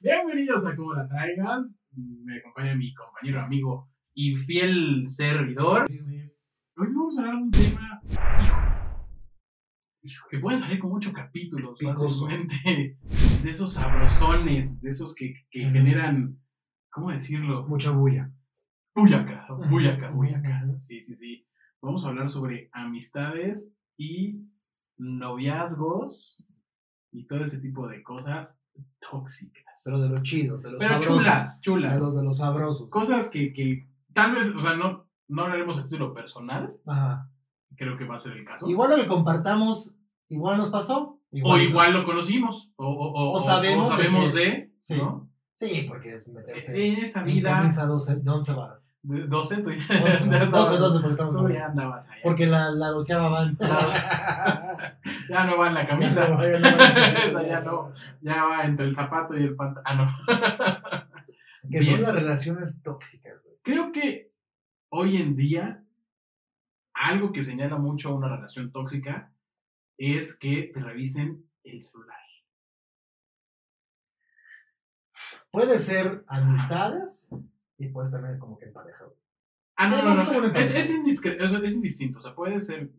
bienvenidos a Como la Traigas. Me acompaña mi compañero, amigo y fiel servidor. Hoy vamos a hablar de un tema, hijo, hijo, que puede salir con ocho capítulos Picoso. fácilmente. De esos sabrosones, de esos que, que Ujú. generan, ¿cómo decirlo? Mucha bulla. Bullaca, Ujú, bullaca, ujú, bullaca. ujú. Sí, sí, sí. Vamos a hablar sobre amistades y noviazgos y todo ese tipo de cosas tóxicas. Pero de lo chido, de los Pero sabrosos. chulas, chulas. De los, de los sabrosos. Cosas que, que tal vez, o sea, no, no hablaremos a título personal, Ajá. creo que va a ser el caso. Igual lo que compartamos, igual nos pasó. o no. igual lo conocimos, o, o- o- O o- sabemos o de sabemos que- de, sí. ¿no? Sí, porque es meterse. En esta en Eh, vida, camisa 12, de 11 varas. de 12, tú ya, 12, ya 12, estabas- 12, porque estamos tú ya hablando. andabas allá. Porque la, la doceava van. ya no va en la Ya no, camisa, ya no van a la Esa ya no. ya va entre el zapato y el pantalón. Ah, no. Que Bien. son las relaciones tóxicas, güey. Creo que hoy en día algo que señala mucho a una relación tóxica es que te revisen el celular. Puede ser amistades y puede ser como que en pareja. güey. Ah, no, Es no, más no. como una Es, pareja. es indiscre- o sea, es indistinto. O sea, puede ser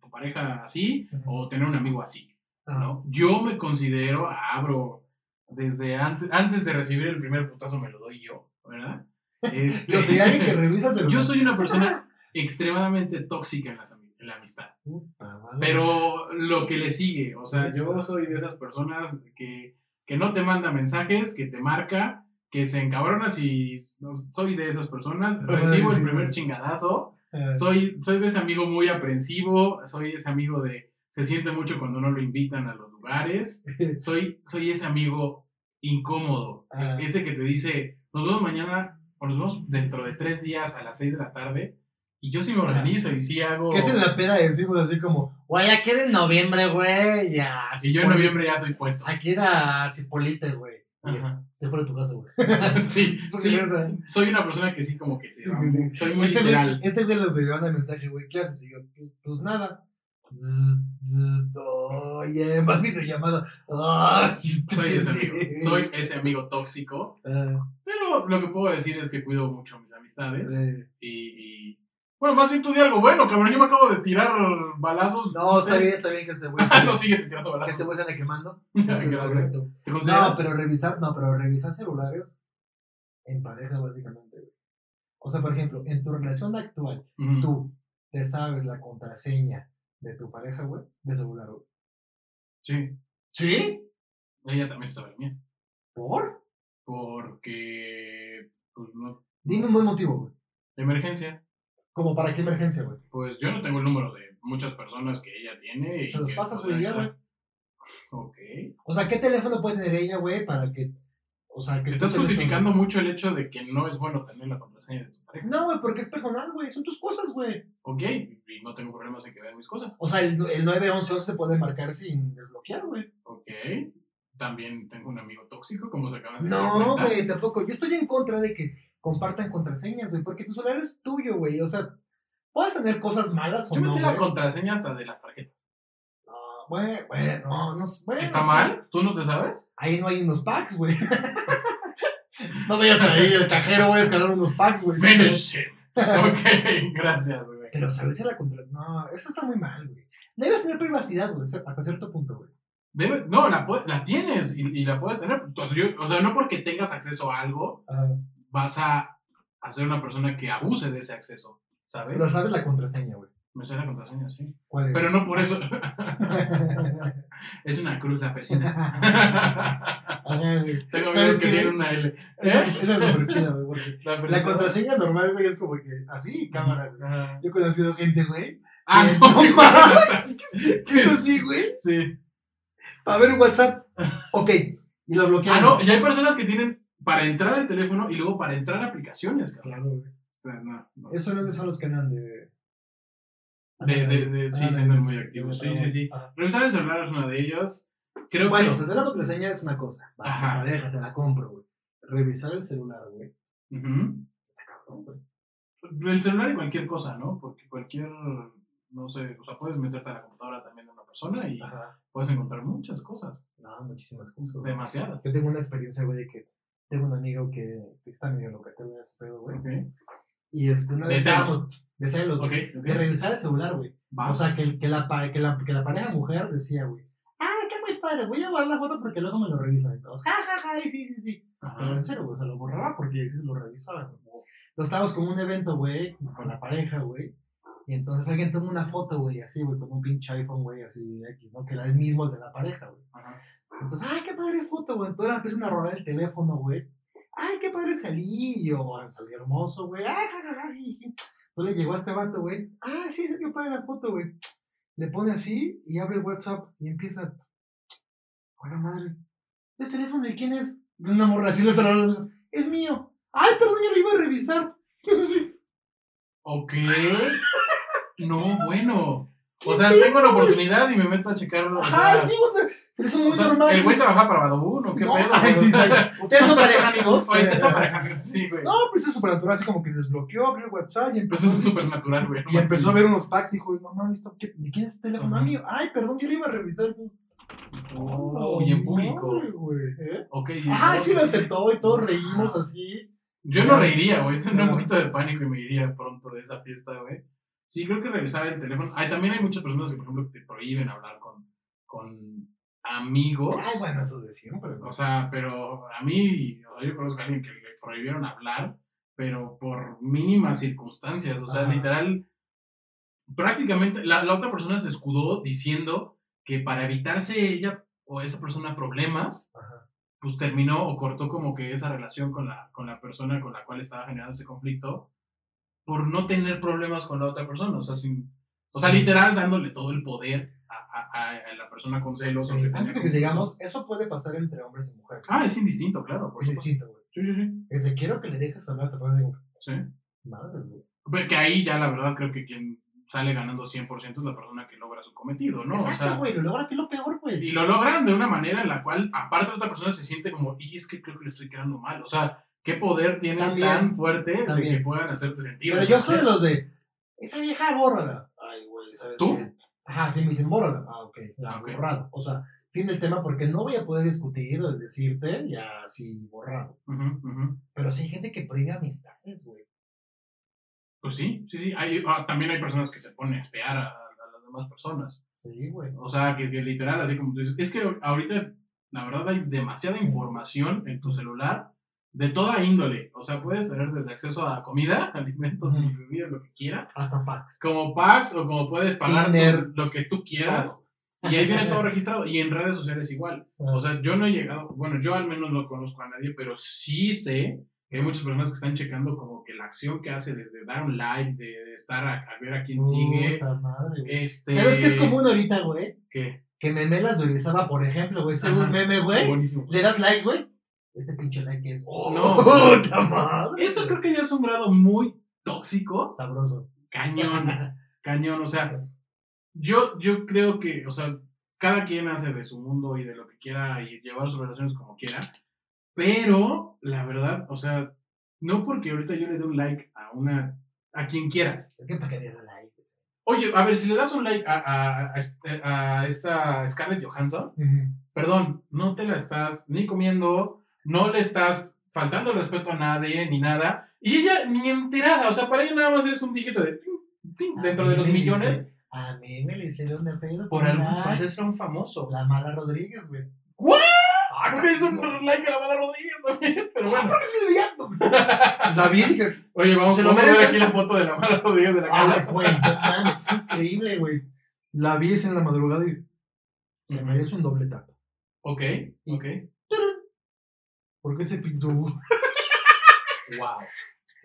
tu pareja así Ujú. o tener un amigo así. Ajá. ¿no? Yo me considero, abro, desde antes, antes de recibir el primer putazo me lo doy yo, ¿verdad? Este, Yo soy alguien que revisa el celular. yo soy una persona extremadamente tóxica en, las ami- en la amistad. Puta madre. Pero lo que le sigue, o sea, yo soy de esas personas que, que no te manda mensajes, que te marca, que se encabrona si no, soy de esas personas, Ajá, recibo el sí. primer chingadazo, Eh, soy, soy de ese amigo muy aprensivo, soy ese amigo de se siente mucho cuando no lo invitan a los lugares, soy, soy ese amigo incómodo, ah, ese que te dice, nos vemos mañana o nos vemos dentro de tres días a las seis de la tarde, y yo sí me organizo y sí hago... Que es en la peda decimos así como, güey, aquí era en noviembre, güey, ya. Si yo en noviembre ya soy puesto. Aquí era Cipolite, güey. Ajá. Se fue de tu casa, güey. Sí, Sí, sí. ¿verdad? Soy una persona que sí, como que se Sí, va. sí, sí. Soy muy Este güey, liberal. este güey los debió mandar mensaje, güey, ¿qué haces? Y yo, pues, pues nada. Zzz, zzz, Oye, más videollamada. Ay, este Soy ese amigo. pendejo. Soy ese amigo tóxico. Ah, Pero lo que puedo decir es que cuido mucho mis amistades. eh, Y. y- Bueno, más bien tú di algo bueno, cabrón. Yo me acabo de tirar balazos. No, sé. está bien, está bien que este güey. Ah, no, sigue tirando Que este balazos. güey se ande quemando. Eso es Gracias. correcto. ¿Te No, consideras? pero revisar, no, pero revisar celulares en pareja, básicamente. güey. O sea, por ejemplo, en tu relación actual, Ujú. tú te sabes la contraseña de tu pareja, güey, de celular, güey. Sí. ¿Sí? Ella también sabe la mía. ¿Por? Porque. Pues no. Dime un buen motivo, güey. Emergencia. Como para qué emergencia, güey. Pues yo no tengo el número de muchas personas que ella tiene. y Se los que pasas, podrán güey, ya, ayudar. güey. Ok. O sea, ¿qué teléfono puede tener ella, güey, para que. O sea, que. Estás tú te des- justificando mucho el hecho de que no es bueno tener la contraseña de tu pareja. No, güey, porque es personal, güey. Son tus cosas, güey. Ok, y no tengo problemas en que vean mis cosas. O sea, el, el 911 se puede marcar sin desbloquear, güey. Ok, también tengo un amigo tóxico, como se acaban de dar No, cuenta. güey, tampoco. Yo estoy en contra de que compartan contraseñas, güey, porque tu celular es tuyo, güey. O sea, puedes tener cosas malas o Yo me no. sé güey. la contraseña hasta de la tarjeta. No, güey, güey, no, no sé, güey, ¿Está no sé. mal? ¿Tú no te sabes? Ahí no hay unos packs, güey. no vayas ahí el cajero, güey, a escalar unos packs, güey. Finish him. ok, gracias, güey. Pero saberse la contraseña. No, eso está muy mal, güey. Debes tener privacidad, güey, hasta cierto punto, güey. Debe- no, la, pu- la tienes y, y la puedes tener. Entonces, yo, o sea, no porque tengas acceso a algo Ajá. vas a, a ser una persona que abuse de ese acceso, ¿sabes? Pero sabes la contraseña, güey. Me sé la contraseña, sí. ¿Cuál es? Pero no por eso. es una cruz la persona. Ajá, güey. Tengo ¿Sabes amigos que qué, tienen güey? una L. Esa es- esa es súper chida, güey. porque La persona- contraseña normal, güey, es como que así, cámara, güey. Ajá. Yo he conocido gente, güey, Ah, Eh, no, no qué mames. bueno. que es así, güey, Sí. para ver WhatsApp. Ok, y lo bloquean. Ah, no, y hay personas que tienen para entrar al teléfono y luego para entrar a aplicaciones, cabrón. Claro, güey. O sea, no, no. Eso no son los que andan de. De, de, de, sí, Ah, siendo muy activos. Sí, de- sí, sí. Ajá. Revisar el celular es uno de ellos. Creo Bueno, que. saber la contraseña es una cosa. Va, Ajá. pareja, te la compro, güey. Revisar el celular, güey. Ujú. Está cabrón, güey. El celular y cualquier cosa, ¿no? Porque cualquier. No sé, o sea, puedes meterte a la computadora también de una persona y Ajá. puedes encontrar muchas cosas. No, muchísimas cosas. güey. Demasiadas. Yo tengo una experiencia, güey, de que Tengo un amigo que que está medio loca, te voy a hacer pedo, güey. Ok, Y este, una vez De celos. estábamos de celos, ok, güey, ok. de revisar el celular, güey. Va. O sea, que, que, la, pa- que, la, que la pareja mujer decía, güey, ah, está muy padre, voy a guardar la foto porque luego me lo revisan. Entonces, ja, ja, ja, y sí, sí, sí. Pero Ajá. en serio, güey, o sea, lo borraba porque sí lo revisaba. güey. Entonces, estábamos como en un evento, güey, con la pareja, güey. Y entonces alguien toma una foto, güey, así, güey, con un pinche iPhone, güey, así, X, ¿no? Que era el mismo el de la pareja, güey. Ajá. Entonces, ay, qué padre foto, güey. Entonces empiezan a robar el teléfono, güey. Ay, qué padre salí, yo, bueno, salí hermoso, güey. Ay, ja, ja, ja, ji, ji. Entonces le llegó a este vato, güey. Ah, sí, sí, qué padre la foto, güey. Le pone así y abre el WhatsApp y empieza. Hola, madre. ¿El teléfono de quién es? De Una morra así, le otra morra, Es mío. Ay, perdón, yo lo iba a revisar. Sí. Ok. No, bueno. O sea, tengo la oportunidad y me meto a checarlo. o Ajá, sea, sí, o sea, pero eso es muy o sea, normal. El sí. güey trabaja para Badabun o qué No, pedo. ay, güey? sí, O sea, sí. ¿Ustedes son pareja, amigos? Oye, esa pareja, amigo. Sí, güey. No, pero eso es súper natural, así como que desbloqueó, abrió el WhatsApp y Es empezó, un supernatural, güey. no y empezó a mames. ver unos packs y dijo, no mames, ¿esto qué- ¿de quién es este teléfono? Ajá. Mami, ay, perdón, yo lo iba a revisar. Oh, y en público. Ay, güey, ¿eh? Ok. Ah, no, sí lo aceptó y todos reímos así. Yo no reiría, güey. Tendría un Ajá. poquito de pánico y me iría pronto de esa fiesta, güey. Sí, creo que revisar el teléfono. Ay, también hay muchas personas que, por ejemplo, te prohíben hablar con, con amigos. Ay, bueno, eso de siempre. ¿no? Pues, O sea, pero a mí, o sea, yo conozco a alguien que le prohibieron hablar, pero por mínimas circunstancias. O sea, Ajá. literal, prácticamente la, la otra persona se escudó diciendo que para evitarse ella o esa persona problemas, Ajá. pues terminó o cortó como que esa relación con la, con la persona con la cual estaba generando ese conflicto por no tener problemas con la otra persona. O sea, sin, o sea Sí. literal dándole todo el poder a, a- a- a la persona con celos. o que Sí, tenía antes de que conflictos. sigamos, eso puede pasar entre hombres y mujeres. Ah, es indistinto, claro. Por es supuesto. distinto, güey. Sí, sí, sí. Desde quiero que le dejes hablar, te pones como, sí. madre, güey. Pero que ahí ya la verdad creo que quien sale ganando 100% es la persona que logra su cometido, ¿no? o sea, Exacto, güey, lo logra que es lo peor, güey. y lo logran de una manera en la cual aparte la otra persona se siente como, y es que creo que le estoy quedando mal. O sea, ¿qué poder tiene También, tan fuerte de también. que puedan hacerte sentir? Pero de yo esa soy de manera? los de. Esa vieja, bórrala. Ay, güey, ¿sabes ¿Tú? qué? Ajá, sí me dicen, bórrala. Ah, ok, ya, Ah, ok. borrado. O sea, fin del tema, porque no voy a poder discutir o decirte, ya, sí, borrado. Ujú, ujú. Pero sí hay gente que prohíbe amistades, güey. Pues sí, sí, sí. Hay, ah, también hay personas que se ponen a espiar a, a las demás personas. Sí, güey. O sea, que, que literal, así como tú dices, es que ahorita, la verdad, hay demasiada información en tu celular de toda índole. O sea, puedes tener desde acceso a comida, alimentos y Ujú. bebidas, lo que quieras, Hasta packs. como packs o como puedes pagar Tinder. lo que tú quieras. Y ahí viene todo registrado. Y en redes sociales igual. O sea, yo no he llegado, bueno, yo al menos no conozco a nadie, pero sí sé que hay muchas personas que están checando como que la acción que hace desde dar un like, de, de estar a, a ver a quién sigue. Puta madre, güey. Este, ¿Sabes qué es común ahorita, güey? ¿Qué? Que memelas de Orizaba, por ejemplo, güey. Según Ajá. meme, güey. Buenísimo. Le das like, güey. Este pinche like es. ¡Oh, No. puta madre! Eso creo que ya es un grado muy tóxico. Sabroso. Cañón, cañón. O sea, yo, yo creo que, o sea, cada quien hace de su mundo y de lo que quiera y llevar sus relaciones como quiera. Pero, la verdad, o sea, no porque ahorita yo le dé un like a una, a quien quieras. ¿Qué para qué le das like? Oye, a ver, si le das un like a, a- a este- a esta Scarlett Johansson, perdón, no te la estás ni comiendo, no le estás faltando el respeto a nadie, ni nada. Y ella ni enterada, o sea, para ella nada más es un dígito de tin, tin, Ah, dentro de los A mí me millones dice- A mí me le hicieron de pedo. por la- algún pues es un famoso. La mala Rodríguez, güey. ¿What? Ah, Porque es no. Ah, un like a la mala Rodríguez también, pero bueno. Porque se veía- La vi y dije, Oye, vamos, ¿Se lo Ah. vamos a ver merece? aquí la foto de la mala Rodríguez de la ay, casa. güey, no mames, es increíble, güey. La vi es en la madrugada y se Ujú. merece un doble tap. Ok, ok. ¿Por qué se pintó? Wow,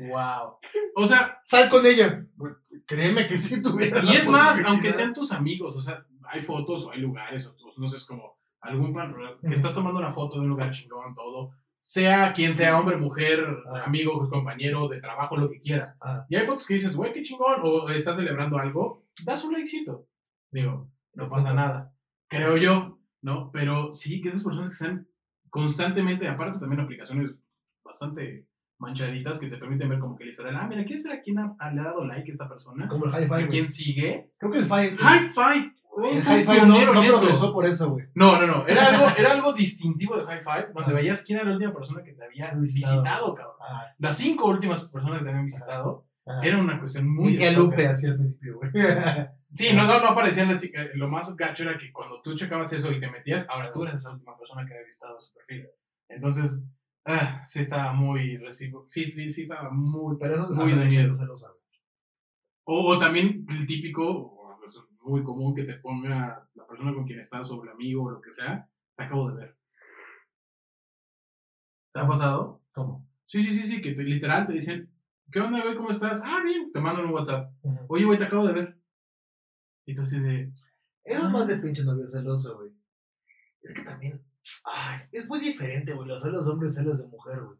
wow. O sea, Sal con ella. Güey, Créeme que sí tuviera la Y es más, posibilidad. aunque sean tus amigos, o sea, hay fotos o hay lugares, o tú- no sé, es como algún pan- que estás tomando una foto de un lugar chingón, todo, sea quien sea, hombre, mujer, Ah. amigo, compañero, de trabajo, lo que quieras. Ah. Y hay fotos que dices, güey, qué chingón, o estás celebrando algo, das un likecito. Digo, no pasa nada, creo yo, ¿no? Pero sí, que esas personas que están constantemente, aparte también aplicaciones bastante manchaditas que te permiten ver como que el historial, ah, mira, ¿quieres ver a quién ha- le ha dado like a esta persona? Como el high ¿A five, güey. quién sigue? Creo que el five. High five. Güey, El fue high five no, pionero no en eso. progresó por eso, güey. No, no, no. Era algo, era algo distintivo de High Five, donde veías quién era la última persona que te había Visitado. visitado, cabrón. Ah, Las cinco últimas personas que te habían visitado ah. era una cuestión muy. Ni que de Lupe hacía al principio, güey. Sí, no, no, no aparecía la chica. Lo más gacho era que cuando tú checabas eso y te metías, ahora tú eres esa última persona que había visitado su perfil. Entonces, ah, sí estaba muy recibo. Sí, sí, sí estaba muy. Pero eso Muy ah, de miedo. se lo sabe. O, o también el típico, o eso es muy común que te ponga la persona con quien estás o el amigo o lo que sea, te acabo de ver. ¿Te ha pasado? ¿Cómo? Sí, sí, sí, sí, que te- literal te dicen, ¿qué onda, güey? ¿Cómo estás? Ah, bien, te mandan un WhatsApp. Ujú. Oye, güey, te acabo de ver. Y tú así de, Ah. Eso es más de pinche novio celoso, güey. Es que también. Ay, es muy diferente, güey. Los celos de hombre y celos de mujer, güey.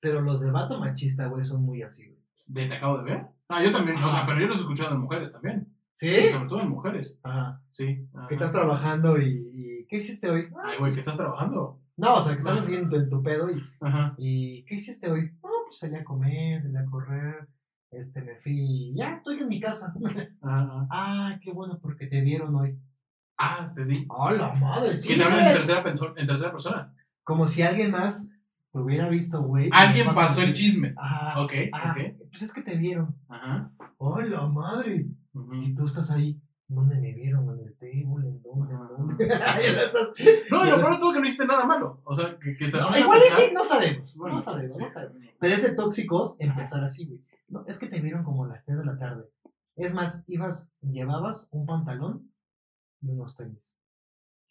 Pero los de vato machista, güey, son muy así, güey. de, te acabo de ver. Ah, yo también, o sea, pero yo los he escuchado en mujeres también. Y ¿Sí? Sobre todo en mujeres, Ajá. sí. ajá. Que estás trabajando y. y, ¿Qué hiciste hoy? Ay, güey, que estás trabajando. No, o sea, que estás haciendo en tu pedo y. Ajá. ¿Y qué hiciste hoy? No, pues salí a comer, salí a correr. Este, me fui. Ya, estoy en mi casa. ajá. ah, qué bueno, porque te vieron hoy. Ah, te di. ¡Ah, la madre! Sí, que te hablan en güey. tercera, penso- en tercera persona. Como si alguien más te hubiera visto, güey. y Alguien me pasa pasó a el mí. chisme. Ajá. Ok, Ah, ok. pues es que te vieron. Ajá. ¡Oh, la madre! Y ujú. tú estás ahí. ¿Dónde me vieron? ¿En el table? ¿En dónde? ¿En dónde? Ya la estás- No, y lo peor de todo que no hiciste nada malo. O sea, que, que te No, pones a igual y pensar- Pues, sí, no sabemos. Bueno, no sabemos, no sí. sabemos. Pero es de tóxicos empezar así, güey. No, es que te vieron como a las 3 de la tarde. Es más, ibas, llevabas un pantalón y unos tenis.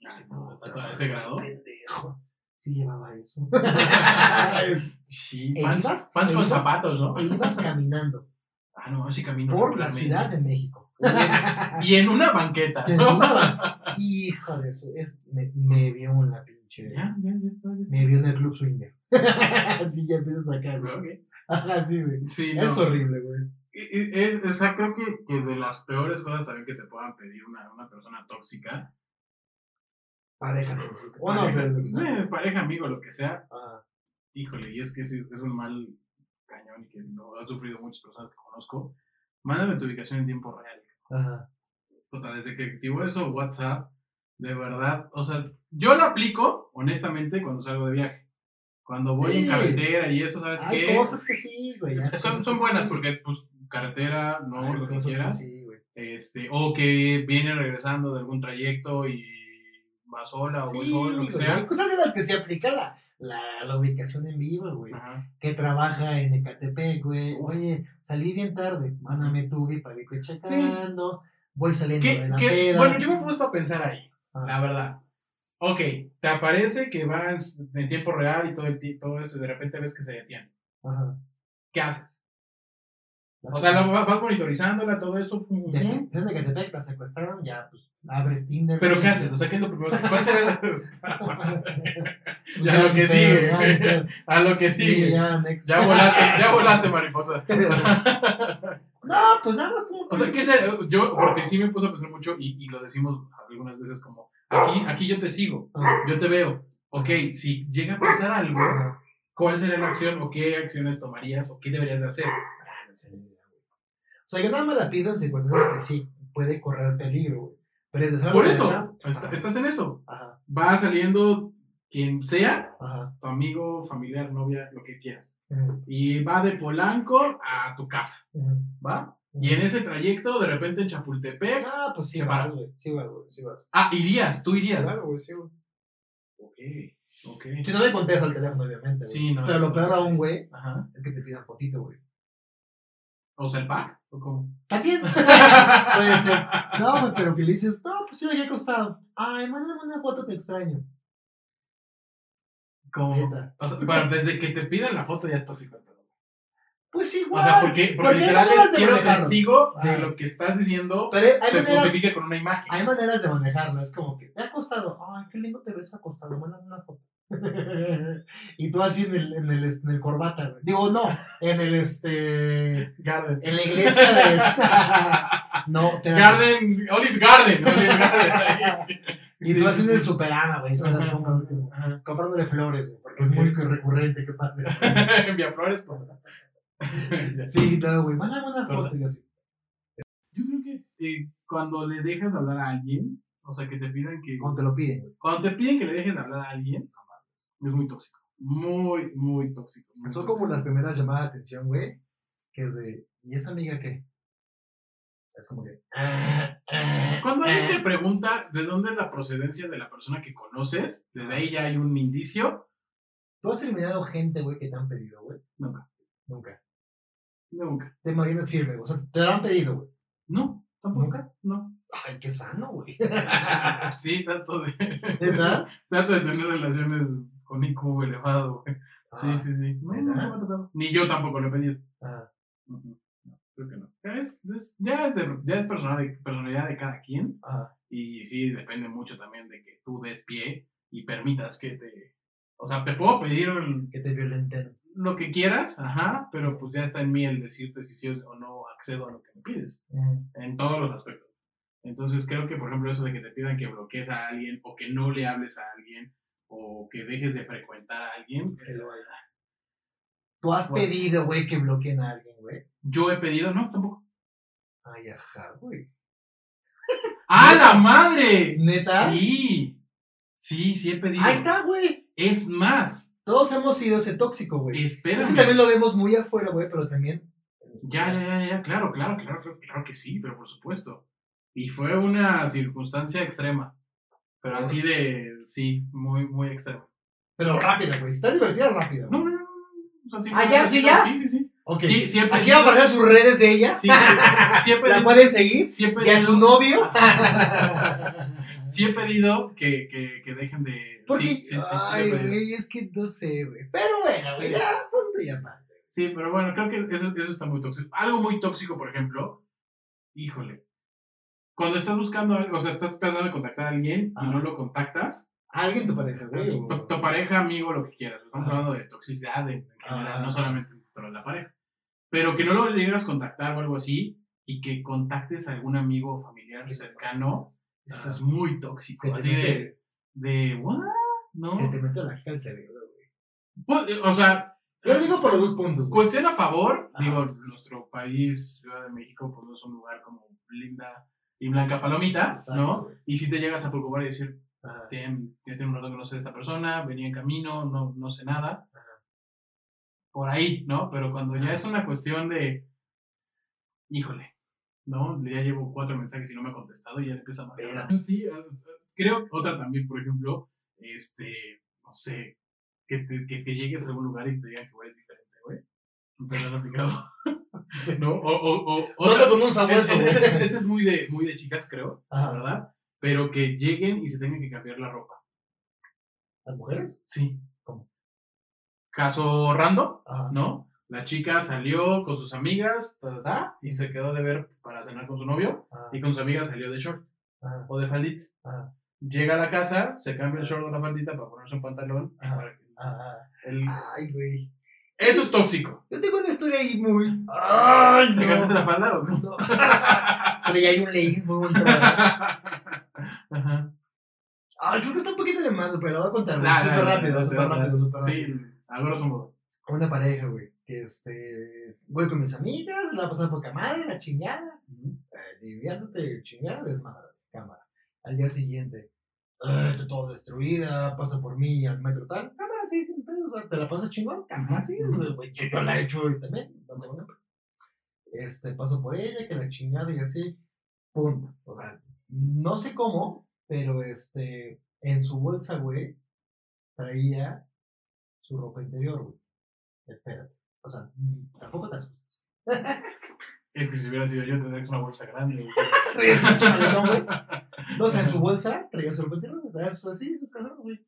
Ah, no, ¿tanto a ese grado? Pendejo. Sí, llevaba eso. Sí, E pants, ibas- pants e con ibas- zapatos, ¿no? E ibas caminando Ah, no, sí camino. por la regularmente. Ciudad de México. Y en una banqueta. Te ¿no? andaban. Hijo de eso. Es, me, me vio en la pinche. Ya, ya, ya está, ya está. Me vio en el club swinger. Así ya empiezas a sacar, güey. Ok. Ajá, sí, güey. Sí, no. Es horrible, güey. Y- y- es- o sea, creo que, que de las peores cosas también que te puedan pedir una, una persona tóxica, Pareja tóxica. Bueno, pareja, pero- eh, pareja, amigo, lo que sea, Ah, híjole, y es que sí, es un mal cañón y que lo han sufrido muchas personas que conozco, mándame tu ubicación en tiempo real. ajá. Puta, desde que activó eso WhatsApp, de verdad, o sea, yo lo aplico, honestamente, cuando salgo de viaje. Cuando voy en Sí. carretera y eso, ¿sabes Hay qué? cosas que sí, güey. hay Pues son cosas son que buenas sí. porque, pues, carretera, no, Hay lo que cosas quieras. sí, güey. Este, o que viene regresando de algún trayecto y va sola o voy Sí, solo, lo que güey, Hay sea. cosas en las que se aplica la, la, la ubicación en vivo, güey. Ajá. Que trabaja en Ecatepec, güey. Oye, salí bien tarde. Mándame tu ubi para que estoy checando. Voy saliendo ¿Qué- de la qué- peda. bueno, yo me he puesto a pensar ahí, Ah. la verdad. Ok, te aparece que va en, en tiempo real y todo, el, ti- todo esto, y de repente ves que se detiene. Ajá. ¿Qué haces? O sea, lo va- vas monitorizándola, todo eso. pum, pum, De- pum. Si es de Ecatepec, la secuestraron, ya, pues, abres Tinder. Pero güey. ¿qué haces? O sea, ¿qué es lo primero? que- ¿Cuál será la- Ya lo ni que pedo, sigue. "Pues, ya ni pedo. a lo que Sí, sigue? ya, next. Ya volaste, ya volaste, mariposa. no, pues nada más como. O sea, ¿qué será? Yo, porque sí me puse a pensar mucho y, y lo decimos algunas veces como, aquí, aquí yo te sigo, Ah, yo te veo. Ok, si llega a pasar algo, ¿cuál sería la acción o qué acciones tomarías o qué deberías de hacer? no sé, güey. O sea, yo nada más la pido en circunstancias que sí, puede correr peligro, güey. Pero es de Por de eso, derecha, est- ajá, estás en eso. Ajá, Va saliendo quien sea, ajá. tu amigo, familiar, novia, lo que quieras. ujú, Y va de Polanco a tu casa, ujú, ¿va? ujú. Y en ese trayecto, de repente en Chapultepec. Ah, pues sí Se vas, para. güey. Sí vas, güey. Sí vas. Ah, irías, tú irías. Claro, güey, sí, güey. Ok, ok. Si no me contestas al teléfono, obviamente, güey. Sí, no. Pero lo peor aún, güey, Ajá. es que te pidan fotito, güey. O sea, el pack, o cómo. También. Puede ser. No, güey, pero que le dices, no, pues yo llegué acostado. Ay, mándame una foto, te extraño. Como, Neta. o sea, bueno, desde que te pidan la foto ya es tóxico. Pues sí, O güey. sea, porque, porque hay literal maneras es de quiero manejarlo. testigo de Ah. lo que estás diciendo Pero hay se maneras- justifica con una imagen. Hay maneras de manejarlo, es como que te ha acostado, ay, qué lindo te ves acostado, mándame una foto. y tú así en el, en el, en el corbata, güey. Digo, no, en el este. En Garden. la iglesia de. no, te Garden, Olive Garden, Olive Garden. Y Sí, tú sí, así en sí. el superama, güey. Son las compras, güey. Ajá. comprándole flores, güey, porque es Ok. muy recurrente que pase. eso. Vía Flores, pues. por favor. Ya. sí, no, güey, mándame una Corta. foto y así. Yo creo que eh, cuando le dejas hablar a alguien, o sea, que te pidan que. Cuando te lo piden. Cuando te piden que le dejes de hablar a alguien, no mames, es muy tóxico. Muy, muy tóxico. muy Son tóxico. como las primeras llamadas de atención, güey. Que es de, ¿y esa amiga qué? Es como que. "Ah, Cuando alguien Eh. te pregunta de dónde es la procedencia de la persona que conoces, desde ahí ya hay un indicio. ¿Tú has eliminado gente, güey, que te han pedido, güey? Nunca, Nunca. nunca. Te imaginas firme, güey. O sea, te lo han pedido, güey. No, tampoco. ¿Nunca? No. Ay, qué sano, güey. Sí, trato de, ¿Verdad? trato de tener relaciones con IQ elevado. güey. Sí, Ah, sí, sí. No, ¿neta? no me ha tocado. Ni yo tampoco lo he pedido. ah, Ujú. No, creo que no. Ya es, es- ya es, de- ya es personal de- personalidad de cada quien. ah. Y sí, depende mucho también de que tú des pie y permitas que te. O sea, te puedo pedir el- Que te violenten. lo que quieras, ajá, pero pues ya está en mí el decirte si sí o no accedo a lo que me pides, Ujú. en todos los aspectos. Entonces creo que, por ejemplo, eso de que te pidan que bloquees a alguien o que no le hables a alguien o que dejes de frecuentar a alguien, Que lo haga. Tú has Bueno. pedido, güey, que bloqueen a alguien, güey. yo he pedido, no, tampoco. Ay, ajá, güey. ¡Ah, ¿Neta? la madre! ¿Neta? Sí, sí, sí he pedido. Ahí está, güey. Es más, Todos hemos sido ese tóxico, güey. espérame. Ese también lo vemos muy afuera, güey, pero también. Ya, ya, ya, ya, claro, claro, claro, claro, claro que sí, pero por supuesto. Y fue una circunstancia extrema, pero así de, sí, muy, muy extrema. Pero rápida, güey. Está divertida rápida. No, güey. no, no, o sea, sí, Ah, no, ya, no, sí, no, ya. Sí, sí, sí. Ok. Sí, sí he Aquí pedido- van a aparecer sus redes de ella. Sí, sí, sí he ¿La pedido, pueden seguir? sí he ¿Y a su pedido, novio? sí he pedido que, que, que dejen de, Porque, sí, sí, sí, sí, he ay, pedido. güey, es que no sé, güey. Pero bueno, güey, Sí. ya, punto y aparte. Sí, pero bueno, creo que eso, eso está muy tóxico. Algo muy tóxico, por ejemplo, híjole, cuando estás buscando algo, o sea, estás tratando de contactar a alguien y Ajá. no lo contactas, Alguien tu pareja, güey. Tu, o- tu pareja, amigo, lo que quieras. Estamos Ajá. hablando de toxicidad en en general, Ajá. no solamente dentro de la pareja. Pero que no lo llegas a contactar o algo así y que contactes a algún amigo o familiar Sí. cercano, eso Ajá. es muy tóxico. Se te así mete- de, de, ¿what? No. Se te mete la gente al cerebro, güey. Pues, eh, O sea, Yo lo digo por los dos puntos. güey. cuestión a favor, Ajá. digo, nuestro país, Ciudad de México, pues no es un lugar como linda y blanca palomita, Exacto, ¿no? güey. Y si te llegas a preocupar y decir, Ajá. ten- ya tengo un rato de conocer a esta persona, venía en camino, no, no sé nada. Por ahí, ¿no? Pero cuando ya Ajá. es una cuestión de, híjole, ¿no? Ya llevo cuatro mensajes y no me ha contestado y ya le empieza a marcar. Sí, ah, ah, creo, otra también, por ejemplo, este, no sé, que te, que te llegues a algún lugar y te digan que eres diferente, güey. Te lo han aplicado. ¿No? O, o, o, Otro otra- con un sabor, es- eso, es- es- es- güey. ese es muy de, muy de chicas, creo, la Ajá. verdad. Pero que lleguen y se tengan que cambiar la ropa. ¿Las mujeres? Sí. ¿Cómo? Caso random, Ajá. ¿no? La chica salió con sus amigas, ta, ta, ta, y se quedó de ver para cenar con su novio, Ajá. y con sus amigas salió de short Ajá. o de faldita. Ajá. Llega a la casa, se cambia el short o la faldita para ponerse un pantalón. y Ajá. para que- Ajá. el- Ay, güey. Eso es tóxico. Yo tengo una historia ahí muy. ¡Ay, ¿Te cambiaste la falda o no? No. Pero ya hay un legging muy bonito. ¿verdad? Ajá. Ay, creo que está un poquito de más, pero voy a contar. güey. La, la, Súper la, la, rápido, súper la, la. rápido, súper rápido. Sí, a grosso modo. con una pareja, güey. Que este, voy con mis amigas, la pasaba poca madre, la chingada. eh, diviértete, chingada, desmadre, cámara. Al día siguiente, eh, está todo destruida, pasa por mí al metro tal. Cámara, sí, sin pedos, güey. ¿Te la pasas chingón? Cámara, sí, Ujú. güey. Yo, yo la he hecho y también, no tengo nada. Este, paso por ella, que la chingada y así. Punto. O sea, no sé cómo, pero este, en su bolsa, güey, traía su ropa interior, güey. Espérate. O sea, tampoco te asustes. Es que si hubiera sido yo, tendría que ser una bolsa grande. güey. Traía su chaletón, güey. No, o sea, en su bolsa traía su ropa interior, traía su así, su calor, güey.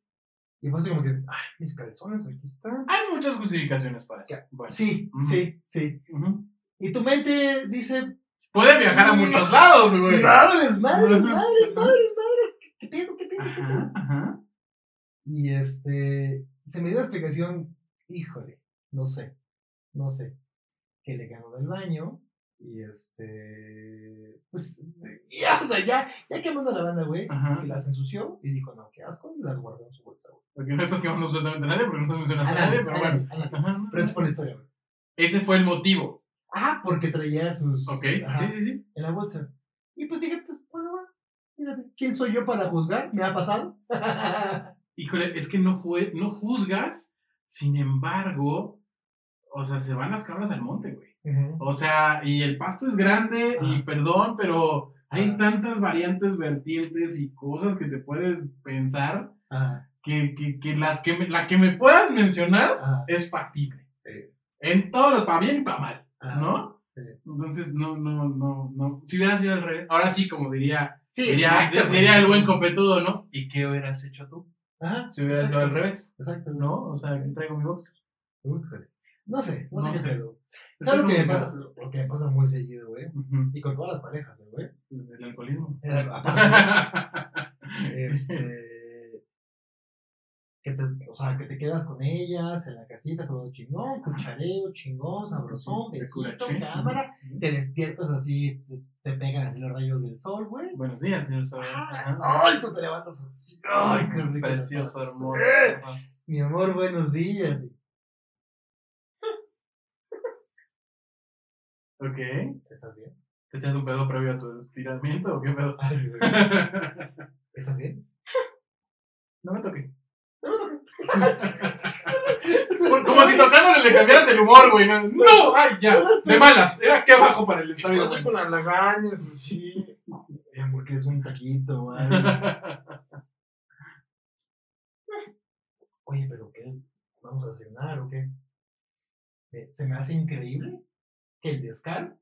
Y fue así como que, ay, mis calzones aquí están. Hay muchas justificaciones para eso. Bueno. Sí, Ujú. sí, sí. Ujú. Y tu mente dice, Puede viajar a muchos lados, güey. madres, madres, madres, Ajá. madres, madres, ¿qué- qué pedo, qué pedo, qué pedo. Ajá, ajá. Y este, se me dio la explicación, híjole, no sé, no sé, que le ganó del baño. Y este, pues, ya, o sea, ya, ya quemando la banda, güey. Ajá. Y las ensució y dijo, no, qué asco, y las guardó en su bolsa, güey. Porque no estás quemando absolutamente a nadie, porque no estás mencionando A a nadie, nadie, pero a bueno. nadie, a nadie. Ajá. Pero esa fue la historia, güey. Ese fue el motivo. Ah, porque traía sus. Ok, ajá, sí, sí, sí. En la bolsa. Y pues dije, pues, Fíjate, ¿quién soy yo para juzgar? ¿Me ha pasado? Híjole, es que no, jue- no juzgas, sin embargo, o sea, se van las cabras al monte, güey. Ujú. O sea, y el pasto es grande, y Ah. perdón, pero hay Ah. tantas variantes, vertientes y cosas que te puedes pensar Ah, que, que, que las que me- la que me puedas mencionar ah, es factible. Sí. En todos los, para bien y para mal, ah. ¿no? Sí. Entonces, no, no, no, no. Si hubiera sido al revés, ahora sí, como diría, Sí, diría, exacto, güey. diría el buen copetudo, ¿no? ¿Y qué hubieras hecho tú? Ajá, Si hubiera exacto, sido al revés. Exacto, no. ¿No? O sea, aquí traigo mi box. Híjole. No sé, no, No sé qué sé. pedo. ¿Sabes lo que me pasa? Lo lo que me pasa muy seguido, güey. Ujú. Y con todas las parejas, eh, güey. El alcoholismo. Era- aparte, este. Que te, o sea, que te quedas con ellas en la casita, todo chingón, cuchareo, chingón, sabrosón, De besito, curache. cámara. Te despiertas así, te- te pegan así los rayos del sol, güey. Buenos días, señor Soria. Ajá. Ay, tú te levantas así. Ay, qué rico. Precioso, Estás. hermoso. Eh, Ajá. Mi amor, buenos días. Ok. ¿Estás bien? ¿Te echas un pedo previo a tu estiramiento o qué pedo? Ah, sí, sí. ¿Estás bien? no me toques. No me toques. Como si tocándole le cambiaras el humor, güey. No, ¡No! ay, ya. De malas. Era aquí abajo para el estadio. con las lagañas, así. Bien, porque es un taquito, o algo. Oye, pero ¿qué? ¿Vamos a cenar o qué? Eh, Se me hace increíble que el descaro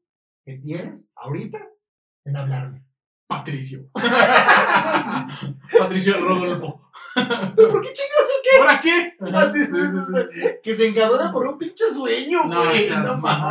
que tienes ahorita en hablarme. Patricio. Ah, Patricio Rodolfo. ¿Pero por qué chingados o qué? ¿Ahora qué? Ah, sí, sí, sí, Que se encabrona por un pinche sueño, No, güey. seas No, mames.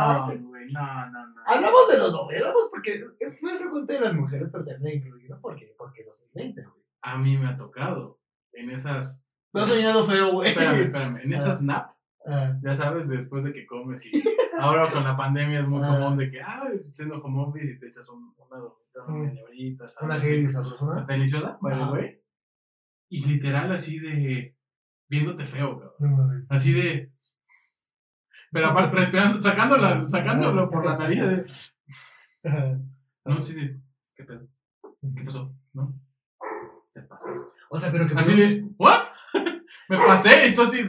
mamón, güey. No, no, no. Hablamos Ah, pues, de los hablamos porque es muy frecuente de las mujeres, pero también de incluirnos porque, porque 2020, güey. A mí me ha tocado. En esas. Me has soñado feo, güey. Espérame, espérame. En esas nap. Ah, Ya sabes, después de que comes y ahora con la pandemia es muy Ah. común de que, ah, siendo como office y te echas un, una dormita, una Mm. ñañorita, una ¿sabes? gel sabrosona. Deliciosa, by the Ah. way. Y literal así de viéndote feo, cabrón. No mames. Así de... Pero aparte, respirando, sacándola, Ah. sacándolo por la nariz. de- Ajá. no, así de... ¿Qué pedo? ¿Qué pasó? ¿No? Te pasaste. O sea, Ah, pero que. Así de... ¿What? Me pasé, entonces...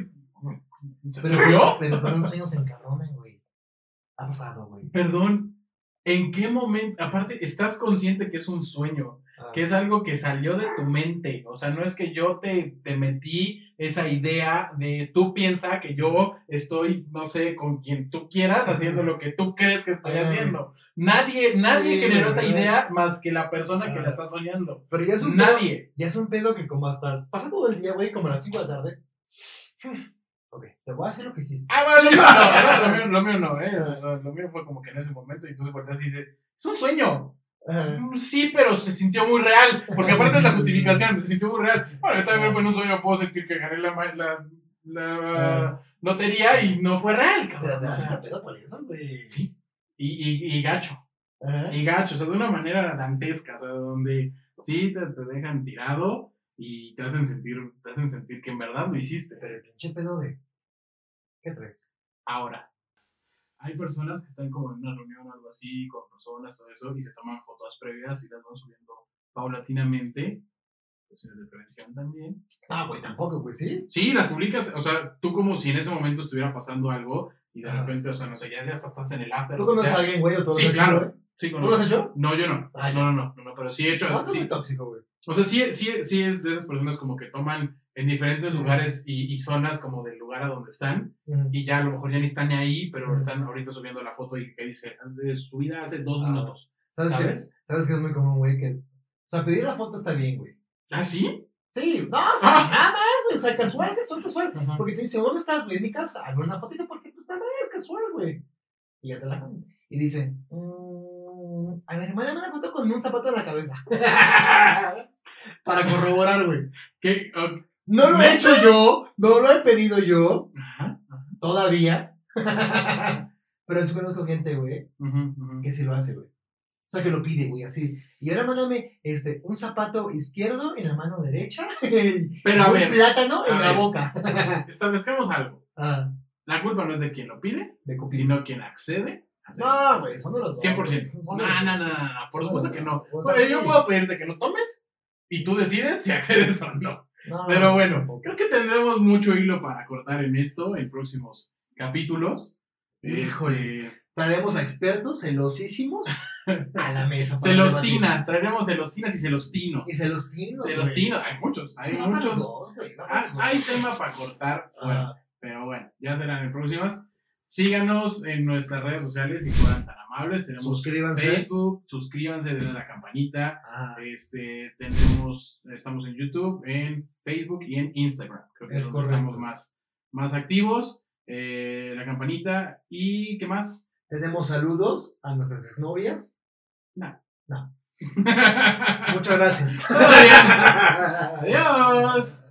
¿Se Pero, se vio? pero, pero los sueños se encabronan, güey. Ha pasado, güey. Perdón, ¿en qué momento? Aparte, estás consciente que es un sueño, Ah, que es algo que salió de tu mente. O sea, no es que yo te, te metí esa idea de tú piensa que yo estoy, no sé, con quien tú quieras, haciendo lo que tú crees que estoy Ah. haciendo. Nadie, nadie Sí, generó esa ¿verdad? idea más que la persona que Ah. la está soñando. Pero ya es un pedo. Nadie. Ya es un pedo que, como hasta. Pasa todo el día, güey, como a las 5 de la tarde. Ok, te voy a hacer lo que hiciste. Ah, bueno, lo mío no, lo mío, lo mío no, eh. O sea, Lo mío fue como que en ese momento y tú se volteas y dices, es un sueño. Ajá. Mm, Sí, pero se sintió muy real. Porque aparte es la justificación, se sintió muy real. Bueno, yo también pues, en un sueño puedo sentir que gané la, ma- la, la lotería y no fue real, Pero cabrón. te O haces sea, un pedo por eso, güey. sí. Y, y, y gacho. Ajá. Y gacho, o sea, de una manera dantesca, o sea, donde sí te, te dejan tirado y te hacen sentir, te hacen sentir que en verdad lo hiciste. Pero el pinche pedo de. ¿Qué traes? Ahora, hay personas que están como en una reunión o algo así, con personas, todo eso, y se toman fotos previas y las van subiendo paulatinamente. Cuestiones de prevención también. Ah, güey, tampoco, güey, sí. Sí, las publicas, o sea, tú como si en ese momento estuviera pasando algo y de Ajá. repente, o sea, no sé, ya, ya hasta estás en el after. ¿Tú lo que conoces a sea. alguien, güey, o todo Sí, claro. Sí, ¿Tú lo conozco. has hecho? No, yo no. Ah, ya. no, no, no, no, no, pero sí he hecho. No, eso es sí. muy tóxico, güey. O sea, sí, sí, sí es de esas personas como que toman en diferentes lugares y, y zonas como del lugar a donde están Mm. y ya a lo mejor ya ni están ahí, pero Ujú. están ahorita subiendo la foto y que dice, de su vida hace dos Ah, minutos, ¿Sabes, ¿sabes? Qué? ¿Sabes qué es muy común, güey? Que... O sea, pedir la foto está bien, güey. ¿Ah, sí? Sí, no, o sea, Ah. nada más, güey. O sea, casual, casual, casual. Ajá. Porque te dice, ¿dónde estás, güey? En mi casa. Hago una fotito porque pues nada más, casual, güey. Y ya te la ponen. Y dice, mm, a ver, mándame una foto con un zapato en la cabeza. Para corroborar, güey. ¿Qué? Ok. No lo he hecho yo, no lo he pedido yo, Ajá. todavía. Pero sí conozco gente, güey, Ujú, ujú. que sí lo hace, güey. O sea, que lo pide, güey, así. Y ahora mándame este, un zapato izquierdo en la mano derecha y Pero a un ver, plátano en a la ver. boca. establezcamos algo. Ah, La culpa no es de quien lo pide, de cupido. sino quien accede. a hacer No, pues, eso. güey, son de los dos. 100%. güey, son No, de no, los no, dos. no, no, por Son supuesto de que los no. dos. O sea, Oye, yo sí. puedo pedirte que no tomes, Y tú decides si accedes o no. No, Pero bueno, tampoco. creo que tendremos mucho hilo para cortar en esto en próximos capítulos. Híjole. Este, Traeremos a expertos celosísimos a la mesa. para celostinas, traeremos celostinas y celostinos. debatir. Y celostinos. Celostinos, hay muchos, hay muchos. Ah, Hay tema para cortar Ah, fuerte. Pero bueno, ya serán en próximas. Síganos en nuestras redes sociales si fueran tan amables. Tenemos Suscríbanse. Facebook, suscríbanse, denle a la campanita. Ah, Este, tenemos, estamos en YouTube, en Facebook y en Instagram. Creo que Es es donde correcto. estamos más, más activos. Eh, la campanita y ¿qué más? Tenemos saludos a nuestras exnovias. Todavía Muchas gracias. no. Adiós.